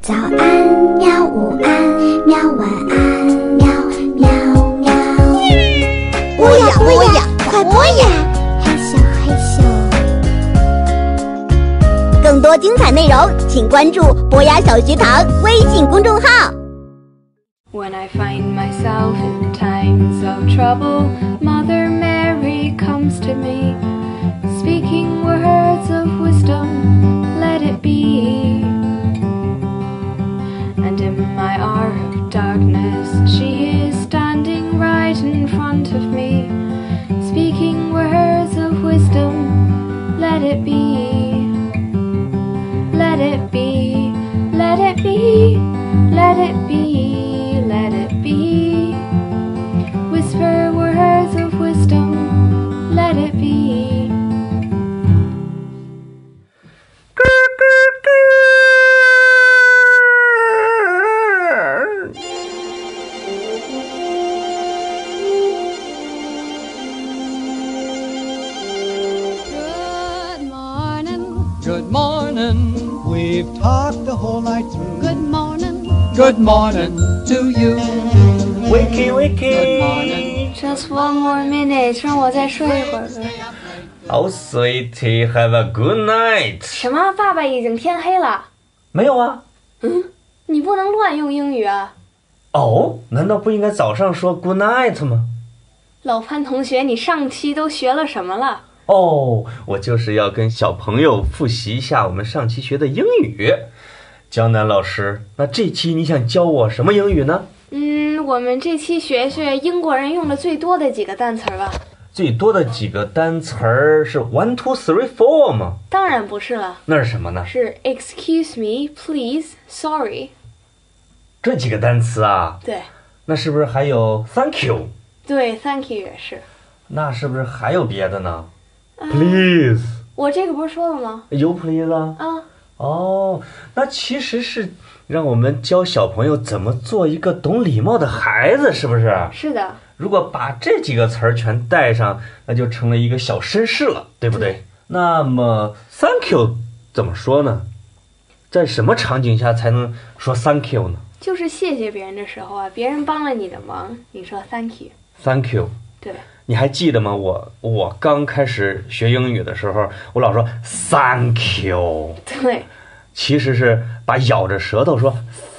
早安喵，午安喵，晚安喵喵喵。伯呀伯呀，快播呀！害羞害羞。更多精彩内容，请关注博雅小学堂微信公众号。 When I find myself in times of trouble, Mother Mary comes to me, speaking words of wisdom, let it be. And in my hour of darkness, she is standing right in front of me, speaking words of wisdom, let it be. Let it be, let it be, let it be, let it be. Whisper words of wisdom, let it be. morning, Good morning. We've talked the whole night through. good morning, Good morning to you. Wiki Good Wiki， morning. Just one more minute，让我再睡一会儿吧。 Oh sweetie, have a good night。什么？爸爸已经天黑了，没有啊？你不能乱用英语啊！哦，难道不应该早上说 good night 吗？老潘同学，你上期都学了什么了？哦，我就是要跟小朋友复习一下我们上期学的英语。江南老师，那这期你想教我什么英语呢？嗯，我们这期学学英国人用的最多的几个单词儿吧。最多的几个单词儿是 one two three four 吗？当然不是了，那是什么呢？是 excuse me, please, sorry。这几个单词啊，对，那是不是还有 thank you？对，thank you 也是。那是不是还有别的呢？Please，呃我这个不是说了吗？有 please 啊？啊，哦，那其实是让我们教小朋友怎么做一个懂礼貌的孩子，是不是？是的，如果把这几个词儿全带上，那就成了一个小绅士了，对不对？那么 “thank you” 怎么说呢？在什么场景下才能说 “thank you” 呢就是谢谢别人的时候啊，别人帮了你的忙，你说 thank you。 ？“thank you”，对，你还记得吗？我我刚开始学英语的时候，我老说 “thank you”，对，其实是把咬着舌头说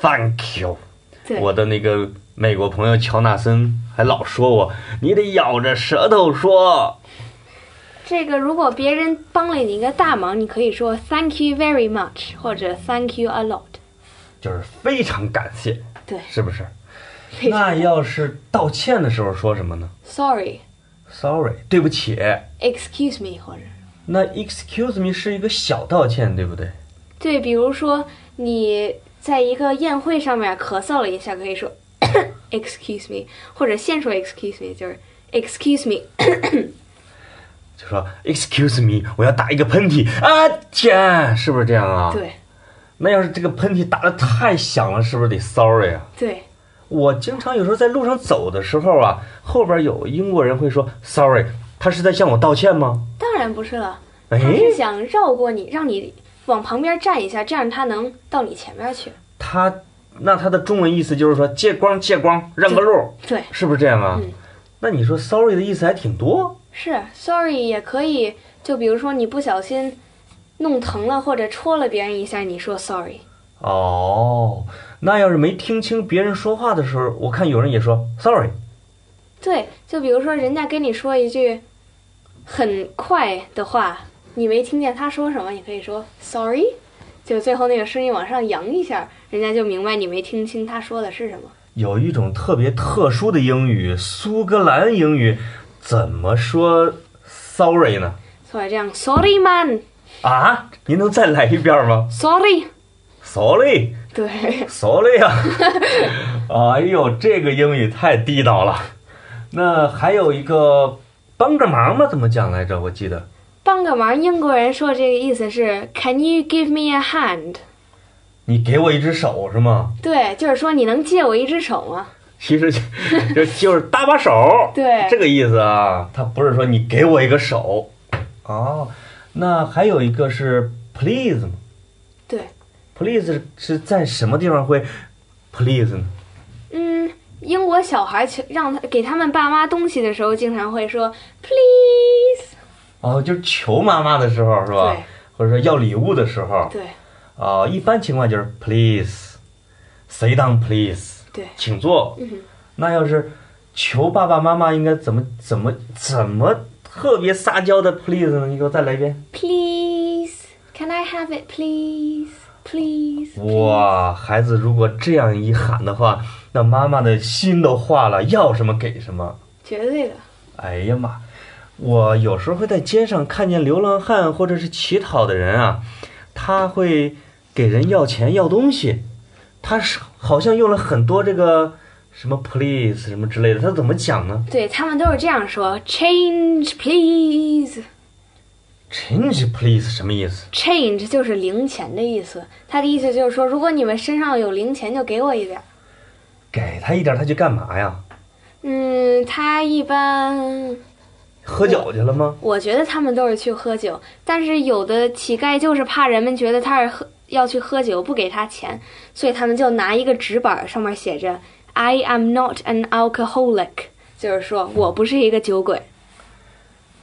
“thank you”。对，我的那个美国朋友乔纳森还老说我，你得咬着舌头说。这个如果别人帮了你一个大忙，你可以说 thank you very much 或者 thank you a lot。就是非常感谢，对是不是？非常那要是道歉的时候说什么呢，sorry。 ？Sorry，对不起。 Excuse me，或者那 Excuse me 是一个小道歉，对不对？对，比如说你在一个宴会上面咳嗽了一下，可以说 Excuse me，或者先说 Excuse me，就是 Excuse me，就说 Excuse me，我要打一个喷嚏啊！天，是不是这样啊？。对那要是这个喷嚏打的太响了，是不是得 Sorry 啊？对，我经常有时候在路上走的时候啊，后边有英国人会说 “sorry”，他是在向我道歉吗？当然不是了，哎，他是想绕过你，让你往旁边站一下，这样他能到你前面去。他那他的中文意思就是说借光借光，让个路，对，是不是这样啊？嗯那你说 “sorry” 的意思还挺多，是 Sorry 也可以，就比如说你不小心弄疼了或者戳了别人一下，你说 Sorry。哦。那要是没听清别人说话的时候，我看有人也说 “sorry”，对，就比如说人家跟你说一句很快的话，你没听见他说什么，你可以说 sorry，就最后那个声音往上扬一下，人家就明白你没听清他说的是什么。有一种特别特殊的英语，苏格兰英语，怎么说 “sorry” 呢？所以这样，sorry man，sorry，啊，您能再来一遍吗？Sorry。对 sorry 啊！ 哎呦，这个英语太地道了。那还有一个帮个忙吗？怎么讲来着？我记得帮个忙，英国人说这个意思是 Can you give me a hand？你给我一只手是吗？对，就是说你能借我一只手吗？其实就就就是搭把手， 对这个意思啊。他不是说你给我一个手，哦，那还有一个是 please 吗？对， please 是在什么地方会 please 呢？嗯，英国小孩去让他给他们爸妈东西的时候，经常会说 please。哦，就是求妈妈的时候是吧对？或者说要礼物的时候，对啊、一般情况就是 please，谁当 please，对，请坐。嗯，那要是求爸爸妈妈，应该怎么怎么怎么特别撒娇的 please 呢？你给我再来一遍。 Please, can I have it, please? Please. 哇，孩子如果这样一喊的话，那妈妈的心都化了，要什么给什么。绝对的，哎呀妈！我有时候会在街上看见流浪汉或者是乞讨的人啊，他会给人要钱要东西，他是好像用了很多这个什么 please 什么之类的，他怎么讲呢对他们都是这样说：change please。 ？Change please 什么意思？ change 就是零钱的意思，他的意思就是说，如果你们身上有零钱，就给我一点儿。给他一点，他去干嘛呀？嗯，他一般喝酒去了吗？我觉得他们都是去喝酒，但是有的乞丐就是怕人们觉得他是喝要去喝酒，不给他钱，所以他们就拿一个纸板，上面写着 “I am not an alcoholic”，就是说我不是一个酒鬼。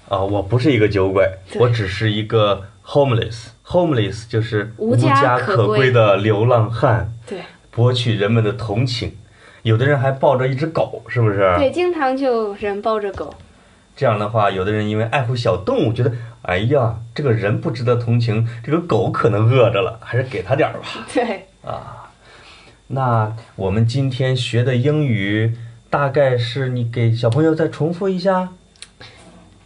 啊、我不是一个酒鬼，对我只是一个 homeless。homeless 就是无家家可可归归的流浪汉，对博取人们的同情。有的人还抱着一只狗，是不是？对，经常就人抱着狗。这样的话，有的人因为爱护小动物，觉得哎呀，这个人不值得同情，这个狗可能饿着了，还是给它点儿吧。 对，那我们今天学的英语，大概是你给小朋友再重复一下。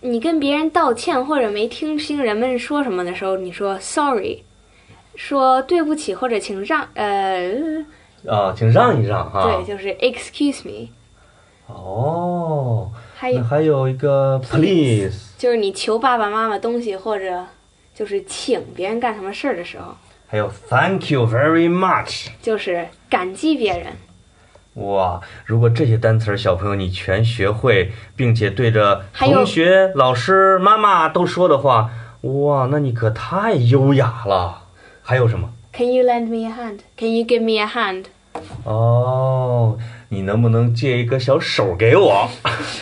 你跟别人道歉或者没听清人们说什么的时候，你说 “sorry”，说对不起或者请让，呃，啊，请让一让哈。对，就是 “excuse me”。哦，还有那还有一个 please，就是你求爸爸妈妈东西，或者就是请别人干什么事儿的时候，还有 thank you very much。就是感激别人。哇，如果这些单词儿小朋友你全学会，并且对着还有同学、老师、妈妈都说的话，哇，那你可太优雅了。还有什么？ Can you lend me a hand? Can you give me a hand? 哦，你能不能借一个小手给我？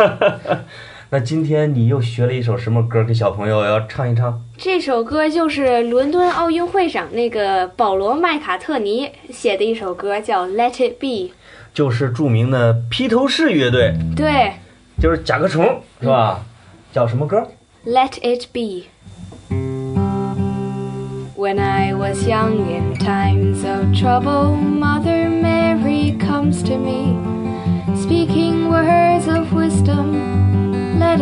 那今天你又学了一首什么歌给小朋友要唱一唱？这首歌就是伦敦奥运会上那个保罗·麦卡特尼写的一首歌，叫《Let It Be 就是著名的披头士乐队，》。对就是甲壳虫是吧？叫什么歌？ ，Let It Be。When I was young, in times of trouble, Mother Mary comes to me, speaking words of wisdom, let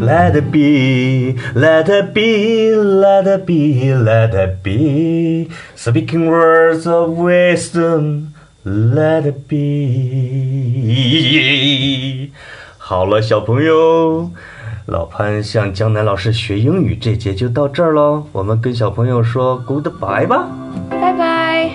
Let it be, let it be, let it be, let it be. Speaking words of wisdom, let it be. 好了，小朋友，老潘向江南老师学英语这节就到这儿喽。我们跟小朋友说 goodbye 吧。 Bye bye.